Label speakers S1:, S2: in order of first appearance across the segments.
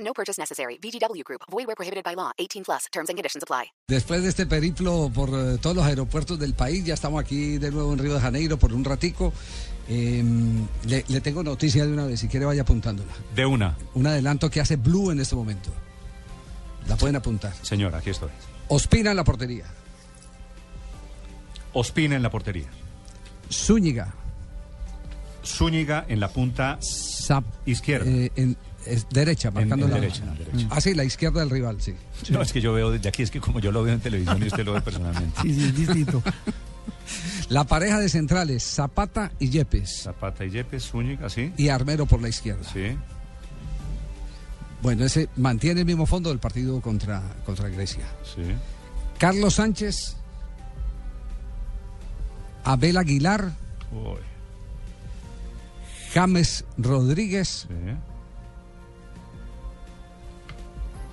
S1: No purchase necessary. VGW Group. Void where prohibited by law. 18 plus. Terms and conditions apply.
S2: Después de este periplo por eh, todos los aeropuertos del país, ya estamos aquí de nuevo en Río de Janeiro por un ratico. Eh, le, le tengo noticia de una vez, si quiere vaya apuntándola.
S3: De una.
S2: Un adelanto que hace Blue en este momento. La pueden apuntar.
S3: Señor, aquí estoy.
S2: Ospina en la portería.
S3: Ospina en la portería.
S2: Zúñiga.
S3: Zúñiga en la punta
S2: Zap-
S3: izquierda.
S2: eh, en, es derecha, marcando
S3: en
S2: la
S3: derecha, en derecha.
S2: Ah, sí, la izquierda del rival, sí.
S3: No, es que yo veo desde aquí, es que como yo lo veo en televisión y usted lo ve personalmente.
S2: La pareja de centrales, Zapata y Yepes.
S3: Zapata y Yepes, Zúñiga, sí.
S2: Y Armero por la izquierda.
S3: Sí.
S2: Bueno, ese mantiene el mismo fondo del partido contra, contra Grecia.
S3: Sí.
S2: Carlos Sánchez, Abel Aguilar,
S3: Uy,
S2: James Rodríguez,
S3: sí.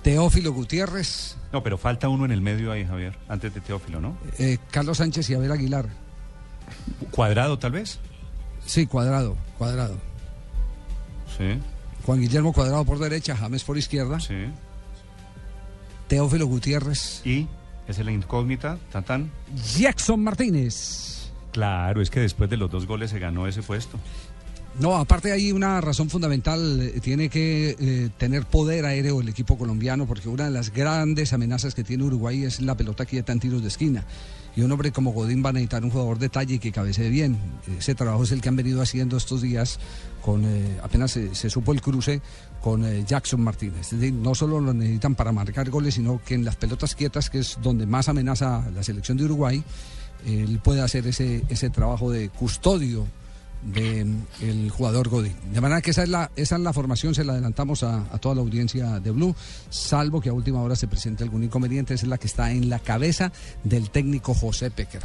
S2: Teófilo Gutiérrez,
S3: No, pero falta uno en el medio ahí, Javier, antes de Teófilo, ¿no?
S2: eh, Carlos Sánchez y Abel Aguilar.
S3: Cuadrado, tal vez.
S2: Sí, cuadrado, cuadrado.
S3: Sí,
S2: Juan Guillermo Cuadrado por derecha, James por izquierda,
S3: sí.
S2: Teófilo Gutiérrez,
S3: Y esa es la incógnita, Tatán.
S2: Jackson Martínez.
S3: Claro, es que después de los dos goles se ganó ese puesto.
S2: No, aparte hay una razón fundamental, eh, tiene que eh, tener poder aéreo el equipo colombiano, porque una de las grandes amenazas que tiene Uruguay es la pelota quieta en tiros de esquina. Y un hombre como Godín va a necesitar un jugador de talla y que cabecee bien. Ese trabajo es el que han venido haciendo estos días, con eh, apenas se, se supo el cruce con eh, Jackson Martínez. Es decir, no solo lo necesitan para marcar goles, sino que en las pelotas quietas, que es donde más amenaza la selección de Uruguay, él puede hacer ese, ese trabajo de custodio del mm, jugador Godín. De manera que esa es la, esa es la formación, se la adelantamos a, a toda la audiencia de Blue, salvo que a última hora se presente algún inconveniente, esa es la que está en la cabeza del técnico José Pecker.